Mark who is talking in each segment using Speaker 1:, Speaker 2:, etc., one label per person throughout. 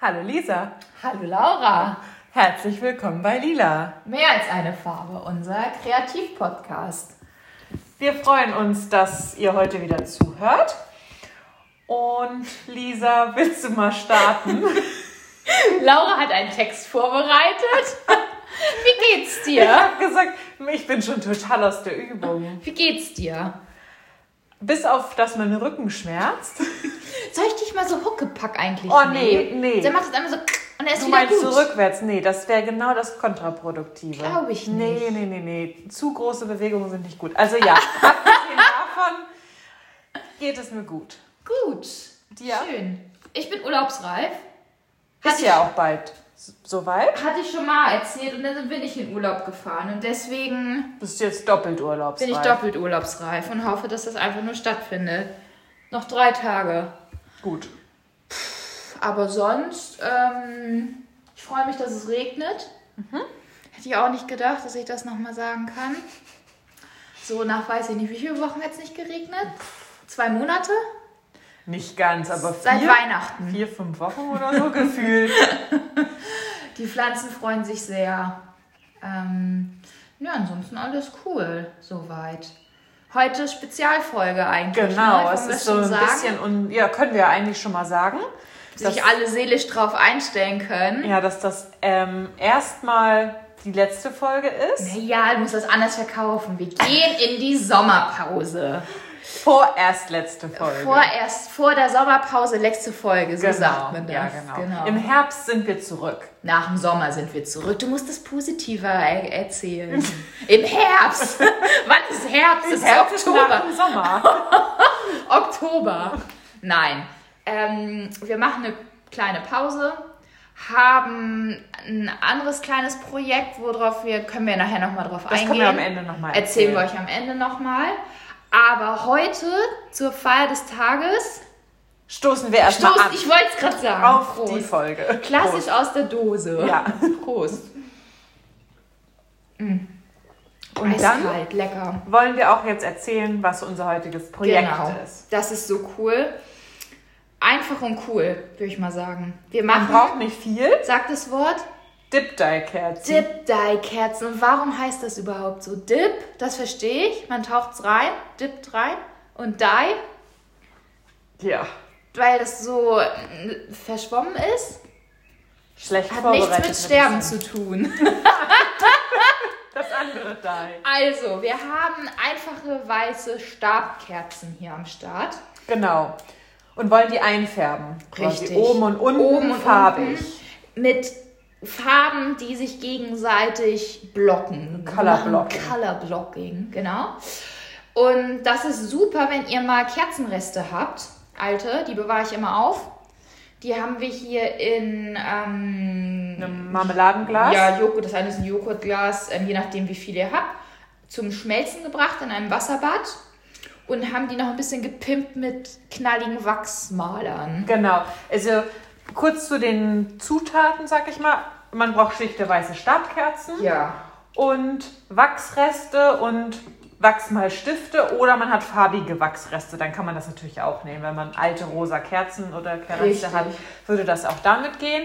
Speaker 1: Hallo Lisa.
Speaker 2: Hallo Laura.
Speaker 1: Herzlich willkommen bei Lila.
Speaker 2: Mehr als eine Farbe, unser Kreativpodcast.
Speaker 1: Wir freuen uns, dass ihr heute wieder zuhört. Und Lisa, willst du mal starten?
Speaker 2: Laura hat einen Text vorbereitet. Wie geht's
Speaker 1: Ich
Speaker 2: dir?
Speaker 1: habe gesagt, ich bin schon total aus der Übung.
Speaker 2: Wie geht's dir?
Speaker 1: Bis auf, dass mein Rücken schmerzt.
Speaker 2: Soll ich dich mal so Huckepack eigentlich
Speaker 1: Oh, nee,
Speaker 2: nehmen?
Speaker 1: nee.
Speaker 2: Dann macht es einmal so und er ist
Speaker 1: Du
Speaker 2: wieder
Speaker 1: meinst
Speaker 2: gut.
Speaker 1: rückwärts? Nee, das wäre genau das Kontraproduktive.
Speaker 2: Glaub ich
Speaker 1: Nee, nee, nee, nee. Zu große Bewegungen sind nicht gut. Also ja, abgesehen davon geht es mir gut.
Speaker 2: Gut.
Speaker 1: Dir?
Speaker 2: Schön. Ich bin urlaubsreif. Hatte
Speaker 1: Ist ja auch bald s- soweit.
Speaker 2: Hatte ich schon mal erzählt und dann bin ich in Urlaub gefahren und deswegen
Speaker 1: Bist jetzt doppelt urlaubsreif.
Speaker 2: bin ich doppelt urlaubsreif und hoffe, dass das einfach nur stattfindet. Noch drei Tage.
Speaker 1: Gut.
Speaker 2: Aber sonst, ähm, ich freue mich, dass es regnet.
Speaker 1: Mhm.
Speaker 2: Hätte ich auch nicht gedacht, dass ich das nochmal sagen kann. So nach weiß ich nicht, wie viele Wochen hat es nicht geregnet? Zwei Monate?
Speaker 1: Nicht ganz, aber
Speaker 2: Seit
Speaker 1: vier,
Speaker 2: Weihnachten.
Speaker 1: vier, fünf Wochen oder so gefühlt.
Speaker 2: Die Pflanzen freuen sich sehr. Ähm, ja, ansonsten alles cool, soweit. Heute Spezialfolge eigentlich. ne?
Speaker 1: Genau,
Speaker 2: Wollen
Speaker 1: es
Speaker 2: wir
Speaker 1: ist so
Speaker 2: schon
Speaker 1: ein
Speaker 2: sagen,
Speaker 1: bisschen, un ja, können wir ja eigentlich schon mal sagen,
Speaker 2: Dass sich alle seelisch drauf einstellen können.
Speaker 1: ja, dass das ähm, erstmal die letzte Folge ist.
Speaker 2: Ja, du musst das anders verkaufen. Wir gehen in die Sommerpause.
Speaker 1: Vorerst letzte Folge.
Speaker 2: Äh, Vorerst vor der Sommerpause letzte Folge, so
Speaker 1: Genau,
Speaker 2: sagt man das.
Speaker 1: Ja, genau. Im Herbst sind wir zurück.
Speaker 2: Nach dem Sommer sind wir zurück. Du musst es positiver er erzählen. Im Herbst. Wann ist Herbst? Es ist
Speaker 1: nach
Speaker 2: Oktober.
Speaker 1: dem Sommer.
Speaker 2: Oktober. Nein. Ähm, wir machen eine kleine Pause, haben ein anderes kleines Projekt, worauf wir, können wir nachher nochmal drauf
Speaker 1: Das
Speaker 2: eingehen.
Speaker 1: können wir am Ende nochmal erzählen.
Speaker 2: Erzählen wir euch am Ende nochmal. Aber heute zur Feier des Tages
Speaker 1: Stoßen wir erstmal
Speaker 2: Stoß,
Speaker 1: an
Speaker 2: ich wollte es gerade sagen.
Speaker 1: auf
Speaker 2: Prost.
Speaker 1: die Folge.
Speaker 2: Klassisch aus der Dose.
Speaker 1: Ja.
Speaker 2: Prost. Mm.
Speaker 1: Und dann
Speaker 2: Eiskalt, lecker. Genau.
Speaker 1: wollen wir auch jetzt erzählen, was unser heutiges Projekt ist.
Speaker 2: Das ist so cool. Einfach und cool, würde ich mal sagen. Wir
Speaker 1: Man
Speaker 2: machen,
Speaker 1: braucht nicht viel.
Speaker 2: sagt das Wort,
Speaker 1: Dip-Dye-Kerzen.
Speaker 2: Dip-Dye-Kerzen. Und warum heißt das überhaupt so? Dip, das verstehe ich. Man taucht's rein, dippt rein und dye,
Speaker 1: Ja.
Speaker 2: weil das so äh, verschwommen ist.
Speaker 1: Schlecht
Speaker 2: Hat
Speaker 1: vorbereitet.
Speaker 2: nichts mit
Speaker 1: würde ich
Speaker 2: Sterben
Speaker 1: sagen.
Speaker 2: zu tun.
Speaker 1: Das andere Dye.
Speaker 2: Also, wir haben einfache weiße Stabkerzen hier am Start.
Speaker 1: Genau. Und wollen die einfärben. Quasi
Speaker 2: Richtig.
Speaker 1: Oben und unten
Speaker 2: Oben und
Speaker 1: farbig.
Speaker 2: Mit Farben, die sich gegenseitig blocken.
Speaker 1: Color blocking.
Speaker 2: Color Blocking, genau. Und das ist super, wenn ihr mal Kerzenreste habt. Alte, die bewahre ich immer auf. Die haben wir hier in ähm,
Speaker 1: Einem Marmeladenglas.
Speaker 2: Ja, Joghurt, das eine ist ein Joghurtglas, ähm, je nachdem wie viel ihr habt, zum Schmelzen gebracht in einem Wasserbad und haben die noch ein bisschen gepimpt mit knalligen Wachsmalern.
Speaker 1: Genau. Also kurz zu den Zutaten, sag ich mal. Man braucht schlichte weiße Stabkerzen
Speaker 2: Ja.
Speaker 1: und Wachsreste und Wachsmalstifte oder man hat farbige Wachsreste. Dann kann man das natürlich auch nehmen. Wenn man alte rosa Kerzen oder Kerze
Speaker 2: Richtig.
Speaker 1: hat, würde das auch damit gehen.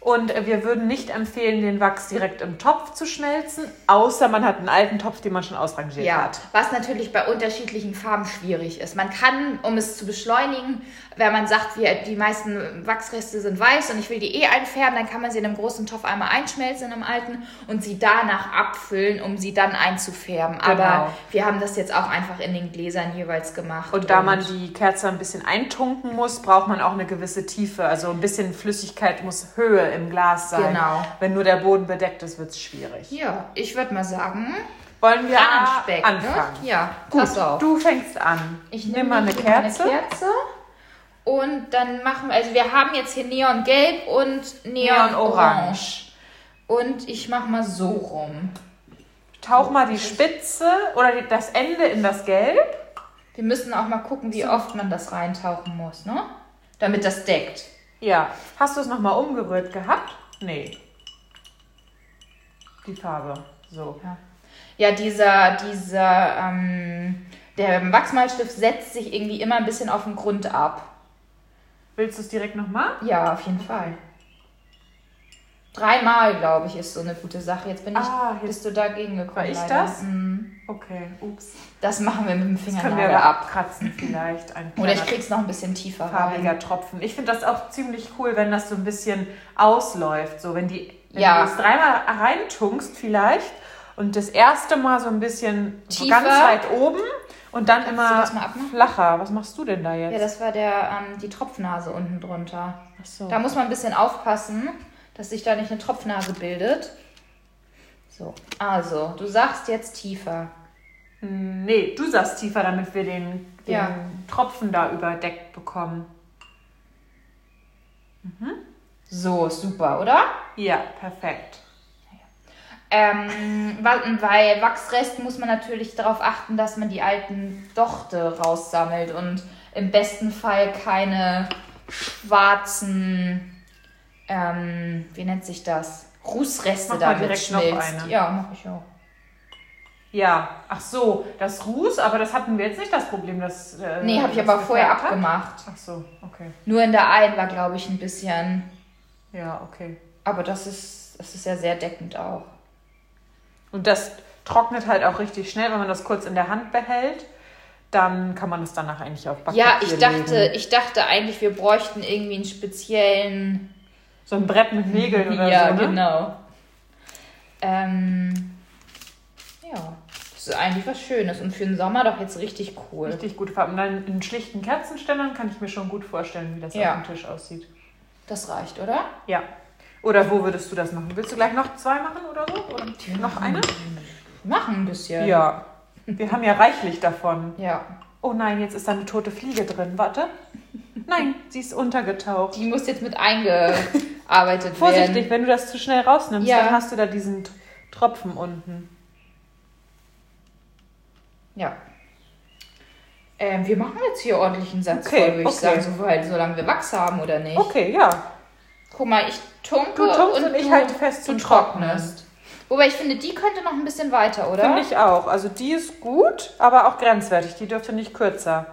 Speaker 1: Und äh, wir würden nicht empfehlen, den Wachs direkt im Topf zu schmelzen, außer man hat einen alten Topf, den man schon ausrangiert
Speaker 2: Ja,
Speaker 1: hat.
Speaker 2: was natürlich bei unterschiedlichen Farben schwierig ist. Man kann, um es zu beschleunigen, wenn man sagt, wir, die meisten Wachsreste sind weiß und ich will die eh einfärben, dann kann man sie in einem großen Topf einmal einschmelzen, in einem alten, und sie danach abfüllen, um sie dann einzufärben.
Speaker 1: Genau.
Speaker 2: Aber wir haben das jetzt auch einfach in den Gläsern jeweils gemacht.
Speaker 1: Und da man die Kerze ein bisschen eintunken muss, braucht man auch eine gewisse Tiefe. Also ein bisschen Flüssigkeit muss Höhe im Glas sein.
Speaker 2: Genau.
Speaker 1: Wenn nur der Boden bedeckt ist, wird es schwierig.
Speaker 2: Ja, ich würde mal sagen,
Speaker 1: Wollen wir
Speaker 2: ran ans Speck.
Speaker 1: anfangen?
Speaker 2: Ne? Ja,
Speaker 1: Gut,
Speaker 2: pass auf.
Speaker 1: du fängst an.
Speaker 2: ich
Speaker 1: Nimm
Speaker 2: nehme
Speaker 1: mal eine Kerze.
Speaker 2: eine Kerze. Und dann machen wir, also wir haben jetzt hier Neongelb und Neonorange.
Speaker 1: Neon-Orange.
Speaker 2: Und ich mache mal so rum.
Speaker 1: Tauch mal die Spitze oder die- das Ende in das Gelb.
Speaker 2: Wir müssen auch mal gucken, wie oft man das reintauchen muss, ne? Damit das deckt.
Speaker 1: Ja. Hast du es nochmal umgerührt gehabt? Nee. Die Farbe. So.
Speaker 2: Ja, ja dieser, dieser, ähm, der Wachsmalstift setzt sich irgendwie immer ein bisschen auf den Grund ab.
Speaker 1: Willst du es direkt nochmal?
Speaker 2: Ja, auf jeden Fall. Dreimal, glaube ich, ist so eine gute Sache. Jetzt bin ich,
Speaker 1: Ah, jetzt-
Speaker 2: bist du dagegen gekommen.
Speaker 1: War ich
Speaker 2: leider.
Speaker 1: das?
Speaker 2: Mhm.
Speaker 1: Okay, ups.
Speaker 2: Das machen wir mit dem
Speaker 1: Das können wir
Speaker 2: Fingernagel
Speaker 1: aber
Speaker 2: ab.
Speaker 1: abkratzen vielleicht. Ein
Speaker 2: Oder ich
Speaker 1: kleiner
Speaker 2: krieg's noch ein bisschen tiefer rein.
Speaker 1: farbiger Tropfen. Ich finde das auch ziemlich cool, wenn das so ein bisschen ausläuft. So, wenn die, wenn
Speaker 2: Ja.
Speaker 1: du es dreimal reintunkst vielleicht und das erste Mal so ein bisschen so
Speaker 2: Tiefer.
Speaker 1: ganz weit oben und dann
Speaker 2: Kannst du
Speaker 1: immer
Speaker 2: das mal abmachen?
Speaker 1: flacher. Was machst du denn da
Speaker 2: Ja,
Speaker 1: jetzt?
Speaker 2: das war der, ähm, die Tropfnase unten drunter.
Speaker 1: Ach so.
Speaker 2: Da muss man ein bisschen aufpassen, dass sich da nicht eine Tropfnase bildet. So, also, du sagst jetzt tiefer.
Speaker 1: Nee, du sagst tiefer, damit wir den, den
Speaker 2: Ja.
Speaker 1: Tropfen da überdeckt bekommen.
Speaker 2: So, ist super, oder?
Speaker 1: Ja, perfekt.
Speaker 2: Ähm, wa- bei Wachsrest muss man natürlich darauf achten, dass man die alten Dochte raussammelt und im besten Fall keine schwarzen, ähm, wie nennt sich das? Rußreste
Speaker 1: Mach mal
Speaker 2: damit
Speaker 1: direkt noch
Speaker 2: schmilzt.
Speaker 1: eine.
Speaker 2: Ja, mach ich auch.
Speaker 1: Ja, ach so, das Ruß, aber das hatten wir jetzt nicht das Problem, dass. Äh,
Speaker 2: Nee, habe ich
Speaker 1: das
Speaker 2: aber vorher
Speaker 1: gefärbt hat.
Speaker 2: abgemacht.
Speaker 1: Ach so, okay.
Speaker 2: Nur in der einen war, glaube ich, ein bisschen.
Speaker 1: Ja, okay.
Speaker 2: Aber das ist, das ist ja sehr deckend auch.
Speaker 1: Und das trocknet halt auch richtig schnell, wenn man das kurz in der Hand behält, dann kann man das danach eigentlich auf Backpapier
Speaker 2: Ja, ich dachte,
Speaker 1: legen.
Speaker 2: ich dachte eigentlich, wir bräuchten irgendwie einen speziellen.
Speaker 1: so ein Brett mit Nägeln oder
Speaker 2: ja,
Speaker 1: so. Ne?
Speaker 2: genau. Ähm, ja, das ist eigentlich was Schönes und für den Sommer doch jetzt richtig cool.
Speaker 1: Richtig gute Farbe. Und dann in schlichten Kerzenständern kann ich mir schon gut vorstellen, wie das
Speaker 2: Ja.
Speaker 1: auf dem Tisch aussieht.
Speaker 2: Das reicht, oder?
Speaker 1: Ja. Oder wo würdest du das machen? Willst du gleich noch zwei machen oder so? Oder noch eine?
Speaker 2: Wir machen ein bisschen.
Speaker 1: Ja. Wir haben ja reichlich davon.
Speaker 2: Ja.
Speaker 1: Oh nein, jetzt ist da eine tote Fliege drin. Warte. Nein, sie ist untergetaucht.
Speaker 2: Die muss jetzt mit eingearbeitet
Speaker 1: Vorsichtig,
Speaker 2: werden.
Speaker 1: wenn du das zu schnell rausnimmst,
Speaker 2: Ja.
Speaker 1: dann hast du da diesen T- Tropfen unten.
Speaker 2: Ja. Ähm, wir machen jetzt hier ordentlich einen Satz
Speaker 1: Okay,
Speaker 2: voll, würde ich
Speaker 1: okay.
Speaker 2: sagen, soweit, solange wir Wachs haben oder nicht.
Speaker 1: Okay, ja.
Speaker 2: Guck mal, ich tunke
Speaker 1: Du tunkst und ich halte fest, du trocknest.
Speaker 2: Wobei ich finde, die könnte noch ein bisschen weiter, oder?
Speaker 1: Finde ich auch. Also die ist gut, aber auch grenzwertig. Die dürfte nicht kürzer.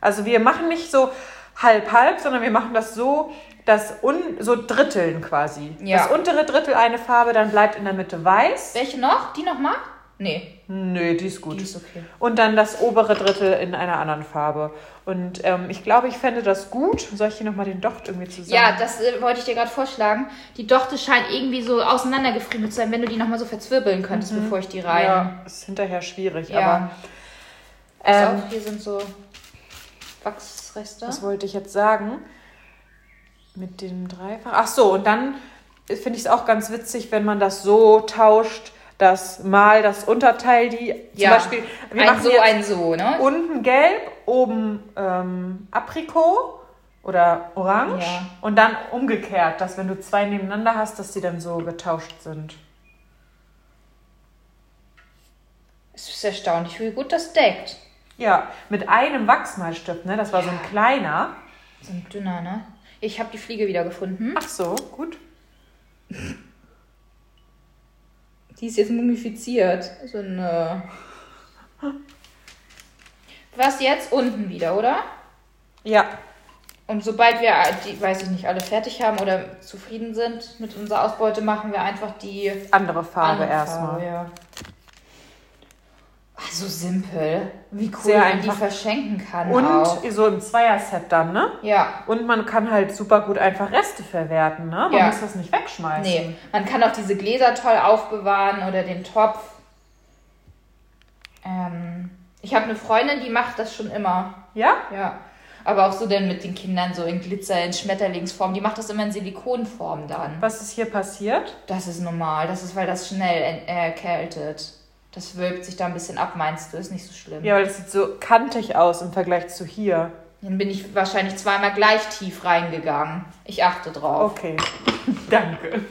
Speaker 1: Also wir machen nicht so halb-halb, sondern wir machen das so, dass un so Dritteln quasi.
Speaker 2: Ja.
Speaker 1: Das untere Drittel eine Farbe, dann bleibt in der Mitte weiß.
Speaker 2: Welche noch? Die nochmal? Nee,
Speaker 1: Nö, die ist gut.
Speaker 2: die ist okay.
Speaker 1: Und dann das obere Drittel in einer anderen Farbe. Und ähm, ich glaube, ich fände das gut. Soll ich hier nochmal den Docht irgendwie zusammen?
Speaker 2: Ja, das äh, wollte ich dir gerade vorschlagen. Die Dochte scheint irgendwie so auseinandergefriemelt zu sein, wenn du die nochmal so verzwirbeln könntest, bevor ich die rein.
Speaker 1: ja, ist hinterher schwierig.
Speaker 2: Ja.
Speaker 1: Aber
Speaker 2: Pass
Speaker 1: ähm,
Speaker 2: auf, hier sind so Wachsreste.
Speaker 1: was wollte ich jetzt sagen? Mit dem Dreifach. Ach so, und dann finde ich es auch ganz witzig, wenn man das so tauscht, dass mal das Unterteil die
Speaker 2: Ja.
Speaker 1: zum Beispiel wir
Speaker 2: ein
Speaker 1: machen
Speaker 2: so,
Speaker 1: jetzt
Speaker 2: ein so, ne?
Speaker 1: unten gelb, oben ähm, Aprikot oder Orange
Speaker 2: Ja.
Speaker 1: und dann umgekehrt, dass wenn du zwei nebeneinander hast, dass die dann so getauscht sind.
Speaker 2: Es ist erstaunlich, wie gut das deckt.
Speaker 1: Ja, mit einem Wachsmalstift, ne? Das war so ein
Speaker 2: Ja.
Speaker 1: kleiner.
Speaker 2: So ein dünner, ne? Ich habe die Fliege wieder gefunden.
Speaker 1: Ach so, gut.
Speaker 2: Die ist jetzt mumifiziert. So eine. Was jetzt? Unten wieder, oder?
Speaker 1: Ja,
Speaker 2: Und sobald wir, äh, die, weiß ich nicht, alle fertig haben oder zufrieden sind mit unserer Ausbeute, machen wir einfach die
Speaker 1: andere Farbe
Speaker 2: andere
Speaker 1: erstmal.
Speaker 2: ja. Ach, so simpel. Wie cool,
Speaker 1: Sehr
Speaker 2: wenn man die
Speaker 1: einfach.
Speaker 2: verschenken kann. auch.
Speaker 1: Und so im Zweierset dann, ne?
Speaker 2: Ja.
Speaker 1: Und man kann halt super gut einfach Reste verwerten, ne? Man
Speaker 2: Ja.
Speaker 1: muss das nicht wegschmeißen.
Speaker 2: Nee, man kann auch diese Gläser toll aufbewahren oder den Topf. Ähm, ich habe eine Freundin, die macht das schon immer.
Speaker 1: Ja?
Speaker 2: Ja. Aber auch so dann mit den Kindern so in Glitzer, in Schmetterlingsform. Die macht das immer in Silikonform dann.
Speaker 1: Was ist hier passiert?
Speaker 2: Das ist normal. Das ist, weil das schnell en- äh, erkältet. Das wölbt sich da ein bisschen ab, meinst du? Ist nicht so schlimm.
Speaker 1: Ja, weil das sieht so kantig aus im Vergleich zu hier.
Speaker 2: Dann bin ich wahrscheinlich zweimal gleich tief reingegangen. Ich achte drauf.
Speaker 1: Okay, danke.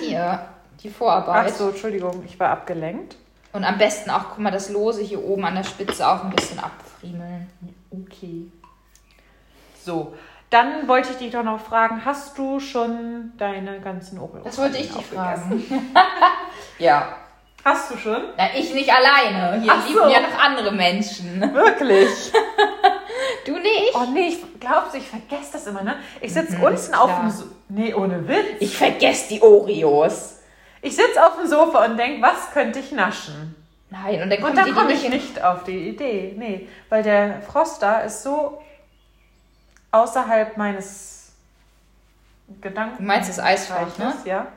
Speaker 2: Hier, die
Speaker 1: Ach
Speaker 2: Vorarbeit.
Speaker 1: so, Entschuldigung, ich war abgelenkt.
Speaker 2: Und am besten auch, guck mal, das Lose hier oben an der Spitze auch ein bisschen abfriemeln.
Speaker 1: Okay. So, dann wollte ich dich doch noch fragen, hast du schon deine ganzen Oreo?
Speaker 2: Das wollte ich dich fragen. ja.
Speaker 1: Hast du schon?
Speaker 2: Na, ich nicht alleine. Hier
Speaker 1: Ach
Speaker 2: lieben
Speaker 1: so.
Speaker 2: ja noch andere Menschen.
Speaker 1: Wirklich?
Speaker 2: Du nicht?
Speaker 1: Oh nee, ich glaub's, ich vergesse das immer, ne? Ich sitze
Speaker 2: Mhm,
Speaker 1: unten auf
Speaker 2: klar.
Speaker 1: dem so Nee, ohne Witz.
Speaker 2: Ich vergesse die Oreos.
Speaker 1: Ich sitze auf dem Sofa und denke, was könnte ich naschen?
Speaker 2: Nein, und dann kommt
Speaker 1: Und dann
Speaker 2: die, die
Speaker 1: komme
Speaker 2: nicht
Speaker 1: ich
Speaker 2: hin.
Speaker 1: nicht auf die Idee. Nee, weil der Froster ist so außerhalb meines Gedanken.
Speaker 2: Du meinst das Eisfach, ne?
Speaker 1: Ja.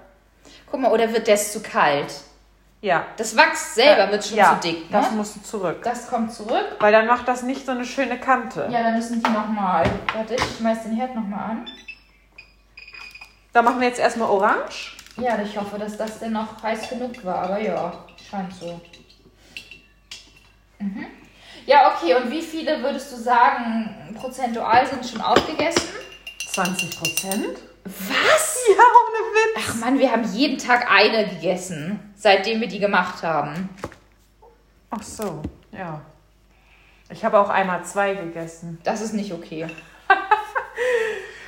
Speaker 2: Guck mal, oder wird das zu kalt?
Speaker 1: Ja. Äh,
Speaker 2: Das Wachs selber wird schon
Speaker 1: ja,
Speaker 2: zu dick,
Speaker 1: Das
Speaker 2: ne?
Speaker 1: musst du zurück.
Speaker 2: Äh, Das kommt zurück.
Speaker 1: Weil dann macht das nicht so eine schöne Kante.
Speaker 2: Ja, dann müssen die nochmal. Warte, ich schmeiß den Herd nochmal an.
Speaker 1: Da machen wir jetzt erstmal orange.
Speaker 2: Ja, ich hoffe, dass das denn noch heiß genug war, aber ja, scheint so. Mhm. Ja, okay, und wie viele würdest du sagen, prozentual sind schon aufgegessen?
Speaker 1: 20 Prozent.
Speaker 2: Was?
Speaker 1: Ja, ohne Witz.
Speaker 2: Ach Mann, wir haben jeden Tag eine gegessen, seitdem wir die gemacht haben.
Speaker 1: Ach so, ja. Ich habe auch einmal zwei gegessen.
Speaker 2: Das ist nicht okay.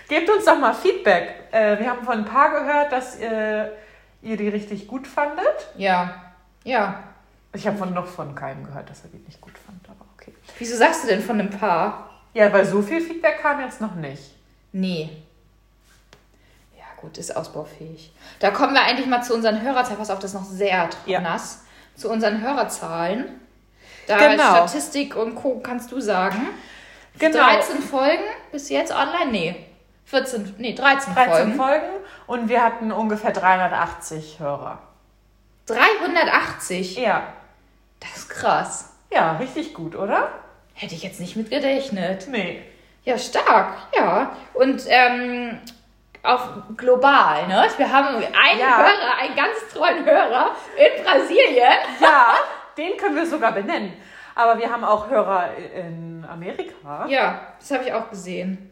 Speaker 1: Gebt uns doch mal Feedback. Äh, wir haben von ein paar gehört, dass ihr, ihr die richtig gut fandet.
Speaker 2: Ja. Ja.
Speaker 1: Ich habe von noch von keinem gehört, dass er die nicht gut fand, aber okay.
Speaker 2: Wieso sagst du denn von einem Paar?
Speaker 1: Ja, weil so viel Feedback kam jetzt noch nicht.
Speaker 2: Nee. Ja, gut, ist ausbaufähig. Da kommen wir eigentlich mal zu unseren Hörerzahlen. Pass auf, das ist noch sehr
Speaker 1: Ja.
Speaker 2: nass. Zu unseren Hörerzahlen. Da
Speaker 1: Genau.
Speaker 2: Statistik und Co. kannst du sagen.
Speaker 1: Genau.
Speaker 2: 13 Folgen bis jetzt online? Nee. 14, nee, 13,
Speaker 1: 13
Speaker 2: Folgen.
Speaker 1: Folgen. und wir hatten ungefähr 380 Hörer.
Speaker 2: 380.
Speaker 1: Ja.
Speaker 2: Das ist krass.
Speaker 1: Ja, richtig gut, oder?
Speaker 2: Hätte ich jetzt nicht mit gerechnet.
Speaker 1: Nee.
Speaker 2: Ja, stark, ja. Und ähm, auf global, ne? Wir haben einen
Speaker 1: Ja.
Speaker 2: Hörer, einen ganz treuen Hörer in Brasilien.
Speaker 1: Ja, den können wir sogar benennen. Aber wir haben auch Hörer in Amerika.
Speaker 2: Ja, das habe ich auch gesehen.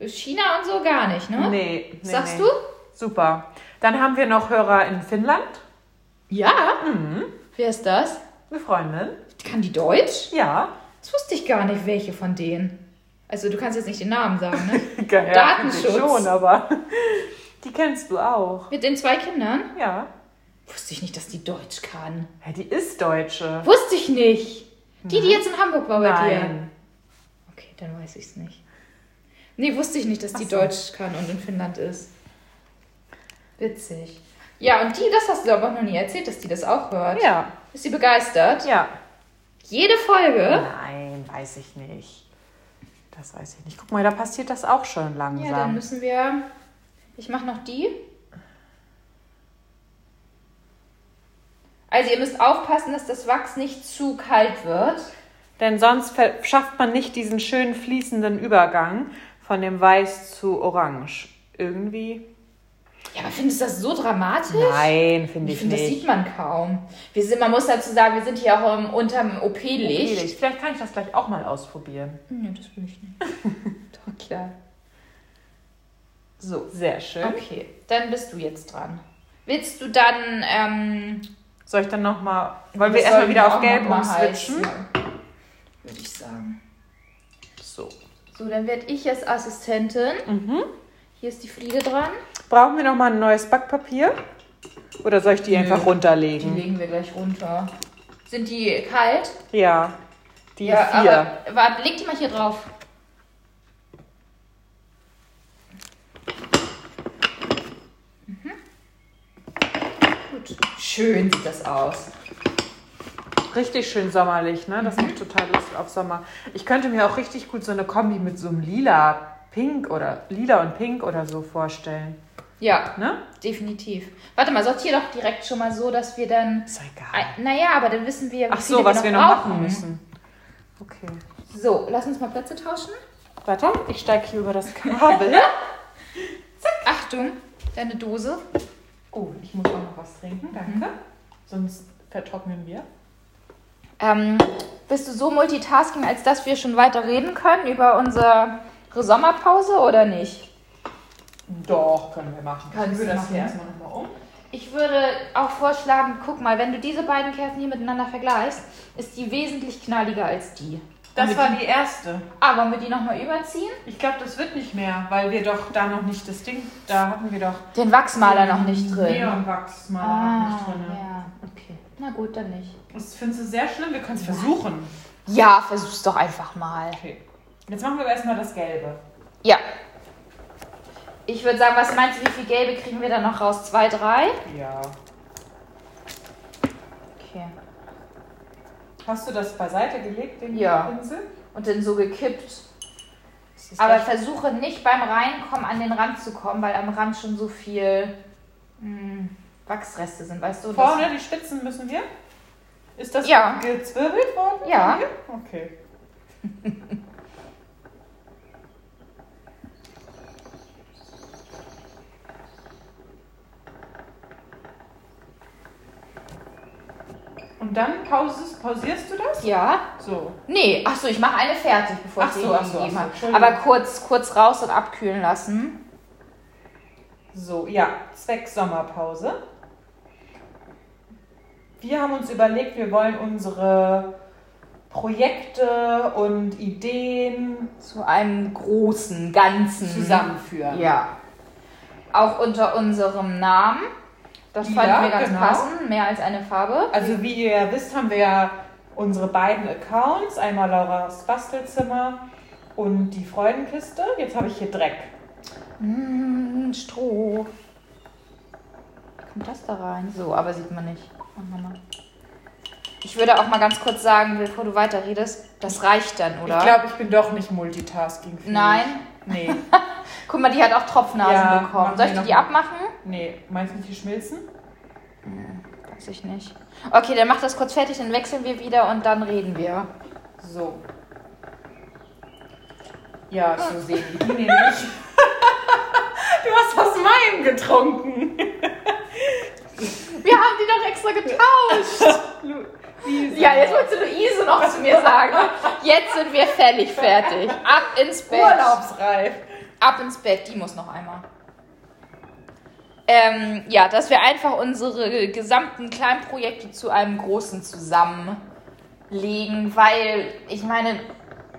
Speaker 2: China und so gar nicht, ne?
Speaker 1: Nee, nee.
Speaker 2: Sagst
Speaker 1: nee.
Speaker 2: du?
Speaker 1: Super. Dann haben wir noch Hörer in Finnland.
Speaker 2: Ja.
Speaker 1: mhm.
Speaker 2: Wer ist das?
Speaker 1: Eine Freundin.
Speaker 2: Kann die Deutsch?
Speaker 1: Ja.
Speaker 2: Das wusste ich gar nicht, welche von denen. Also du kannst jetzt nicht den Namen sagen, ne?
Speaker 1: Datenschutz.
Speaker 2: Datenschutz.
Speaker 1: Schon, aber die kennst du auch.
Speaker 2: Mit den zwei Kindern?
Speaker 1: Ja.
Speaker 2: Wusste ich nicht, dass die Deutsch kann.
Speaker 1: Hä, die ist Deutsche.
Speaker 2: Wusste ich nicht. Die, die jetzt in Hamburg war bei dir.
Speaker 1: Nein.
Speaker 2: Okay, dann weiß ich es nicht. Nee, wusste ich nicht, dass die
Speaker 1: Ach so.
Speaker 2: Deutsch kann und in Finnland ist. Witzig. Ja, und die, das hast du aber noch nie erzählt, dass die das auch hört.
Speaker 1: Ja.
Speaker 2: Ist sie begeistert?
Speaker 1: Ja.
Speaker 2: Jede Folge?
Speaker 1: Nein, weiß ich nicht. Das weiß ich nicht. Guck mal, da passiert das auch schon langsam.
Speaker 2: Ja, dann müssen wir. Ich mache noch die. Also, ihr müsst aufpassen, dass das Wachs nicht zu kalt wird.
Speaker 1: Denn sonst ver- schafft man nicht diesen schönen fließenden Übergang von dem Weiß zu Orange. Irgendwie.
Speaker 2: Ja, aber findest du das so dramatisch?
Speaker 1: Nein, finde
Speaker 2: Ich
Speaker 1: ich,
Speaker 2: finde, das
Speaker 1: nicht.
Speaker 2: sieht man kaum. Wir sind, man muss dazu sagen, wir sind hier auch im, unterm OP-Licht.
Speaker 1: Ehrlich, Vielleicht kann ich das gleich auch mal ausprobieren.
Speaker 2: Hm, Nee, das will ich nicht. Doch, klar.
Speaker 1: So, sehr schön.
Speaker 2: Okay, dann bist du jetzt dran. Willst du dann. Ähm,
Speaker 1: Soll ich dann nochmal. Wollen wir
Speaker 2: das
Speaker 1: erstmal
Speaker 2: soll
Speaker 1: wieder
Speaker 2: auch
Speaker 1: auf Gelb
Speaker 2: noch mal
Speaker 1: umswitchen?
Speaker 2: heiß, ja. Würde ich sagen.
Speaker 1: So.
Speaker 2: So, dann werde ich jetzt Assistentin.
Speaker 1: Mhm.
Speaker 2: Hier ist die Fliege dran.
Speaker 1: Brauchen wir nochmal ein neues Backpapier? Oder soll ich die einfach
Speaker 2: Die
Speaker 1: runterlegen?
Speaker 2: legen wir gleich runter. Sind die kalt?
Speaker 1: Ja. Die vier.
Speaker 2: aber. Warte, leg die mal hier drauf. Mhm. Gut. Schön sieht das aus.
Speaker 1: Richtig schön sommerlich, ne? Das macht total Lust auf Sommer. Ich könnte mir auch richtig gut so eine Kombi mit so einem lila Pink oder lila und Pink oder so vorstellen.
Speaker 2: Ja,
Speaker 1: Ne?
Speaker 2: definitiv. Warte mal, sortier doch direkt schon mal so, dass wir dann.
Speaker 1: Ist egal.
Speaker 2: Ei, Naja, aber dann wissen wir, wie
Speaker 1: Ach
Speaker 2: viele
Speaker 1: so, was wir noch Mhm.
Speaker 2: brauchen.
Speaker 1: machen müssen. Okay.
Speaker 2: So, lass uns mal Plätze tauschen.
Speaker 1: Warte, ich steige hier über das Kabel.
Speaker 2: Achtung, deine Dose.
Speaker 1: Oh, ich muss auch noch was trinken, danke. Sonst vertrocknen wir.
Speaker 2: Ähm, bist du so multitasking, als dass wir schon weiter reden können über unsere Sommerpause oder nicht?
Speaker 1: Doch, können wir machen.
Speaker 2: Kannst
Speaker 1: ich rühre
Speaker 2: du
Speaker 1: das
Speaker 2: machen,
Speaker 1: hier
Speaker 2: ja.
Speaker 1: erstmal nochmal um.
Speaker 2: Ich würde auch vorschlagen, guck mal, wenn du diese beiden Kerzen hier miteinander vergleichst, ist die wesentlich knalliger als die.
Speaker 1: Das
Speaker 2: Wollen wir
Speaker 1: war die erste.
Speaker 2: die, ah, wollen wir die nochmal überziehen?
Speaker 1: Ich glaube, das wird nicht mehr, weil wir doch da noch nicht das Ding, da hatten wir doch
Speaker 2: Den Wachsmaler noch nicht drin.
Speaker 1: Neonwachs mal
Speaker 2: ah,
Speaker 1: noch nicht drin. ne?
Speaker 2: ja, okay. Na gut, dann nicht.
Speaker 1: Das findest du sehr schlimm, wir können es versuchen.
Speaker 2: Ja, versuch's doch einfach mal.
Speaker 1: Okay. Jetzt machen wir aber erstmal das Gelbe.
Speaker 2: Ja. Ich würde sagen, was meinst du, wie viel gelbe kriegen wir da noch raus? Zwei, drei?
Speaker 1: Ja.
Speaker 2: Okay.
Speaker 1: Hast du das beiseite gelegt, den
Speaker 2: Ja.
Speaker 1: Pinsel?
Speaker 2: Und dann so gekippt.
Speaker 1: Das ist
Speaker 2: Aber
Speaker 1: gleich-
Speaker 2: versuche nicht beim Reinkommen an den Rand zu kommen, weil am Rand schon so viel hm, Wachsreste sind, weißt du? Das-
Speaker 1: vorne die Spitzen müssen wir. Ist das
Speaker 2: Ja.
Speaker 1: gezwirbelt worden?
Speaker 2: Ja.
Speaker 1: Okay. Und dann pausest, pausierst du das?
Speaker 2: Ja.
Speaker 1: So.
Speaker 2: Nee, achso, ich mache eine fertig, bevor ich
Speaker 1: Ach
Speaker 2: sie
Speaker 1: so, ach so,
Speaker 2: gegeben
Speaker 1: ach so,
Speaker 2: habe.
Speaker 1: Entschuldigung.
Speaker 2: Aber kurz, kurz raus und abkühlen lassen.
Speaker 1: So, ja, Zweck Sommerpause. Wir haben uns überlegt, wir wollen unsere Projekte und Ideen
Speaker 2: Zu einem großen, ganzen.
Speaker 1: zusammenführen.
Speaker 2: Mhm. Ja. Auch unter unserem Namen. Das fanden
Speaker 1: Ja,
Speaker 2: wir ganz
Speaker 1: genau.
Speaker 2: passend. Mehr als eine Farbe.
Speaker 1: Also wie ihr ja wisst, haben wir ja unsere beiden Accounts, einmal Laura's Bastelzimmer und die Freudenkiste. Jetzt habe ich hier Dreck.
Speaker 2: Hm, Stroh. Wie kommt das da rein? So, aber sieht man nicht. Machen wir mal. Ich würde auch mal ganz kurz sagen, bevor du weiterredest, das reicht dann, oder?
Speaker 1: Ich glaube, ich bin doch nicht multitasking.
Speaker 2: Nein.
Speaker 1: Nee,
Speaker 2: Guck mal, die hat auch Tropfnasen
Speaker 1: Ja,
Speaker 2: bekommen.
Speaker 1: machen
Speaker 2: Soll ich
Speaker 1: wir
Speaker 2: die
Speaker 1: noch-
Speaker 2: abmachen?
Speaker 1: nee. Meinst du nicht, die schmilzen?
Speaker 2: Weiß ich nicht. Okay, dann mach das kurz fertig, dann wechseln wir wieder und dann reden wir.
Speaker 1: So. Ja,
Speaker 2: Ah.
Speaker 1: so sehen die. Die nehme ich. Du hast aus meinem getrunken.
Speaker 2: Wir haben die doch extra getauscht.
Speaker 1: Ja,
Speaker 2: Ja, jetzt wolltest du Luise noch zu mir sagen. Jetzt sind wir fällig fertig. Ab ins Bett.
Speaker 1: Urlaubsreif.
Speaker 2: Ab ins Bett, die muss noch einmal. Ähm, ja, dass wir einfach unsere gesamten kleinen Projekte zu einem großen zusammenlegen, weil ich meine,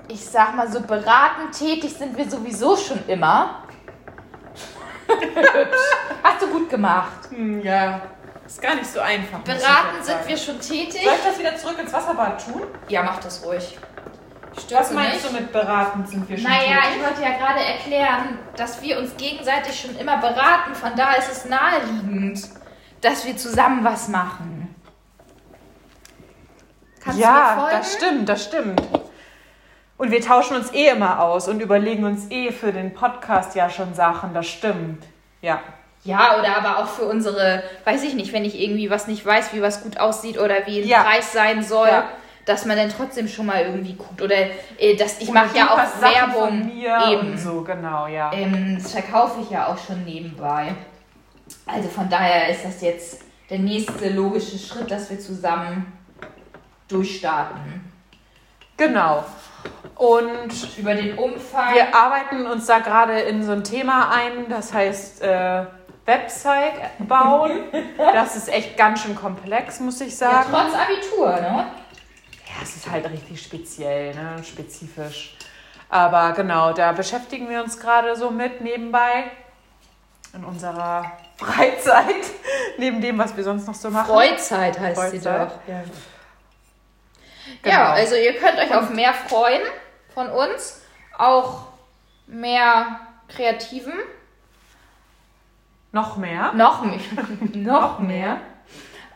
Speaker 2: ich sag mal so beratend tätig sind wir sowieso schon immer. Hast du gut gemacht.
Speaker 1: Hm, ja. Ist gar nicht so einfach. muss ich
Speaker 2: Beraten
Speaker 1: jetzt
Speaker 2: sind
Speaker 1: sagen.
Speaker 2: wir schon tätig.
Speaker 1: Soll ich das wieder zurück ins Wasserbad tun?
Speaker 2: Ja, mach das ruhig.
Speaker 1: Was
Speaker 2: du
Speaker 1: meinst
Speaker 2: nicht?
Speaker 1: du mit beratend sind wir schon
Speaker 2: Naja,
Speaker 1: tätig?
Speaker 2: ich wollte ja gerade erklären, dass wir uns gegenseitig schon immer beraten. Von da ist es naheliegend, dass wir zusammen was machen. Kannst du mir
Speaker 1: ja,
Speaker 2: folgen?
Speaker 1: das stimmt, das stimmt. Und wir tauschen uns eh immer aus und überlegen uns eh für den Podcast ja schon Sachen, das stimmt. Ja.
Speaker 2: Ja, oder aber auch für unsere, weiß ich nicht, wenn ich irgendwie was nicht weiß, wie was gut aussieht oder wie ein
Speaker 1: Ja.
Speaker 2: Preis sein soll,
Speaker 1: Ja.
Speaker 2: dass man dann trotzdem schon mal irgendwie guckt. Oder äh, dass ich
Speaker 1: Oder
Speaker 2: mache ja
Speaker 1: die
Speaker 2: auch
Speaker 1: was Sachen
Speaker 2: Werbung.
Speaker 1: von mir
Speaker 2: eben.
Speaker 1: und so, genau, ja.
Speaker 2: Ähm, das verkaufe ich ja auch schon nebenbei. Also von daher ist das jetzt der nächste logische Schritt, dass wir zusammen durchstarten.
Speaker 1: Genau. Und
Speaker 2: Über den Umfang.
Speaker 1: Wir arbeiten uns da gerade in so ein Thema ein, das heißt äh, Website bauen. Das ist echt ganz schön komplex, muss ich
Speaker 2: Ja,
Speaker 1: sagen.
Speaker 2: trotz Abitur, ne?
Speaker 1: Ja, es ist halt richtig speziell, ne? und spezifisch. Aber genau, da beschäftigen wir uns gerade so mit nebenbei in unserer Freizeit, neben dem, was wir sonst noch so machen.
Speaker 2: Freizeit heißt
Speaker 1: Freizeit. Ja. Genau.
Speaker 2: Ja, also ihr könnt euch auf mehr freuen von uns. Auch mehr Kreativen.
Speaker 1: Noch mehr?
Speaker 2: Noch mehr. Noch mehr.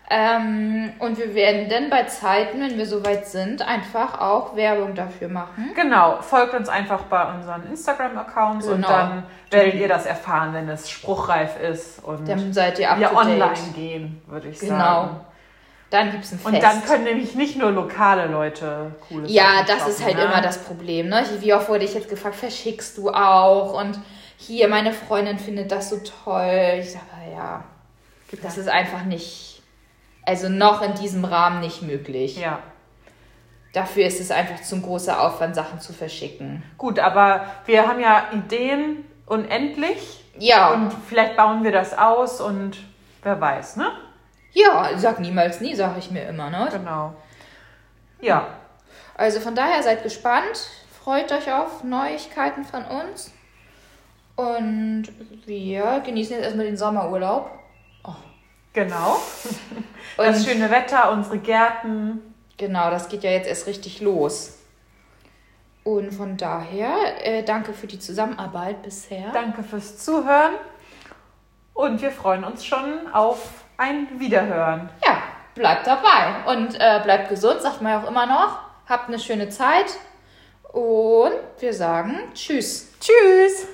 Speaker 2: Ähm, und wir werden dann bei Zeiten, wenn wir soweit sind, einfach auch Werbung dafür machen.
Speaker 1: Genau, folgt uns einfach bei unseren Instagram-Accounts und
Speaker 2: Genau.
Speaker 1: dann werdet ihr das erfahren, wenn es spruchreif ist und
Speaker 2: Dann seid ihr up
Speaker 1: wir
Speaker 2: to date.
Speaker 1: Mhm. online gehen, würde ich
Speaker 2: Genau.
Speaker 1: sagen.
Speaker 2: Dann gibt es ein Fest.
Speaker 1: Und dann können nämlich nicht nur lokale Leute coole
Speaker 2: ja,
Speaker 1: Sachen
Speaker 2: das
Speaker 1: shoppen,
Speaker 2: ist halt
Speaker 1: ne?
Speaker 2: immer das Problem. Ne? Ich- Wie oft wurde ich jetzt gefragt, verschickst du auch? Und hier, meine Freundin findet das so toll. Ich sage, ja,
Speaker 1: Gibt
Speaker 2: das
Speaker 1: das
Speaker 2: ist einfach nicht, also noch in diesem Rahmen nicht möglich.
Speaker 1: ja.
Speaker 2: Dafür ist es einfach zu ein großer Aufwand, Sachen zu verschicken.
Speaker 1: Gut, aber wir haben ja Ideen unendlich
Speaker 2: Ja,
Speaker 1: und vielleicht bauen wir das aus und wer weiß, ne?
Speaker 2: ja, sag niemals nie, sage ich mir immer. Ne?
Speaker 1: Genau. Ja,
Speaker 2: Also von daher seid gespannt, freut euch auf Neuigkeiten von uns. Und wir genießen jetzt erstmal den Sommerurlaub.
Speaker 1: genau.
Speaker 2: Und
Speaker 1: das schöne Wetter, unsere Gärten.
Speaker 2: Genau, das geht ja jetzt erst richtig los. Und von daher, äh, danke für die Zusammenarbeit bisher.
Speaker 1: Danke fürs Zuhören und wir freuen uns schon auf ein Wiederhören.
Speaker 2: Ja, bleibt dabei und äh, bleibt gesund, sagt man ja auch immer noch. Habt eine schöne Zeit und wir sagen Tschüss.
Speaker 1: Tschüss!